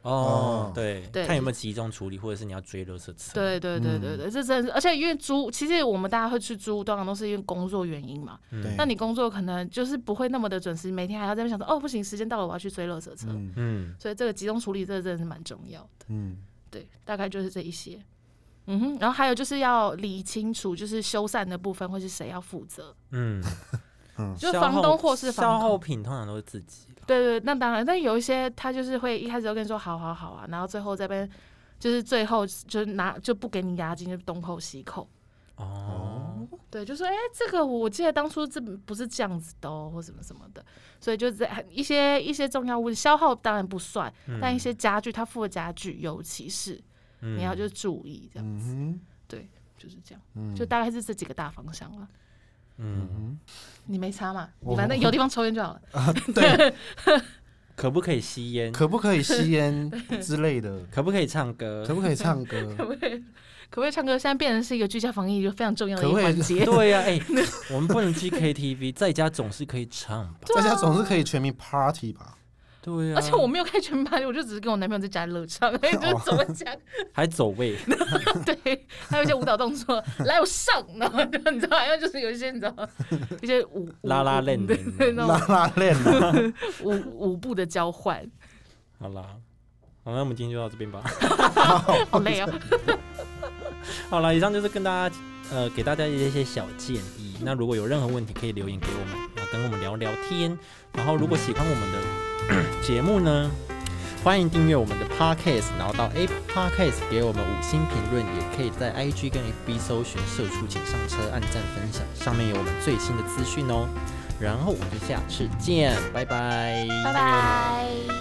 哦
哦，
对，
对
看有没有集中处理，或者是你要追垃圾车。
对对对
嗯
对对，这真的是，而且因为租，其实我们大家会去租，通常都是因为工作原因嘛。
嗯
对
那你工作可能就是不会那么的准时，每天还要在那边想说，哦，不行，时间到了，我要去追垃圾车。
嗯
嗯，
所以这个集中处理，这个真的是蛮重要的。
嗯，
对，大概就是这一些。嗯哼，然后还有就是要理清楚，就是修缮的部分会是谁要负责，
嗯，
就
消
房
耗
东或是
消
房
耗
东。
品通常都是自己啦，
对对，那当然，但有一些他就是会一开始就跟你说好好好啊，然后最后这边就是最后就是拿就不给你押金，就东扣西扣。
哦，
对，就说哎、诶这个我记得当初这不是这样子的哦，或什么什么的，所以就在一些一些重要物消耗当然不算，
嗯
但一些家具他付的家具，尤其是你
你
要就注意这样，
嗯
就是这样，
哼，
就大概是这几个大方向了。
嗯，
嗯
你没差嘛？
我
你反正有地方抽烟就好了。
哼，对，
可不可以吸烟？
可不可以 吸烟之类的？
可不可以唱歌
可？不可以唱歌？
可不可以唱歌？现在变成是一个居家防疫就非常重要的
可
一
不
个
可以啊
环 节。
对呀，哎，我们不能去 KTV，在家总是可以唱吧？
大家总是可以全民 party 吧？
对呀，
而且我没有开全班，我就只是跟我男朋友在家乐 唱，哎，就怎么讲？
还走位，
对，还有一些舞蹈动作，来我上，然后就你知道，还有就是有一些你知道吗，一些舞舞
拉拉链的
对对那
拉
种
拉链啊，
舞舞步的交换，
好啦。好，那我们今天就到这边吧。
好累 哦。
好了，以上就是跟大家呃给大家一些小建议。那如果有任何问题，可以留言给我们，然后跟我们聊聊天。然后如果喜欢我们的节目呢，欢迎订阅我们的 podcast，然后到 A podcast 给我们五星评论，也可以在 IG 跟 FB 搜寻“社畜请上车”，按赞分享，上面有我们最新的资讯哦。然后我们就下次见，拜拜，
拜拜。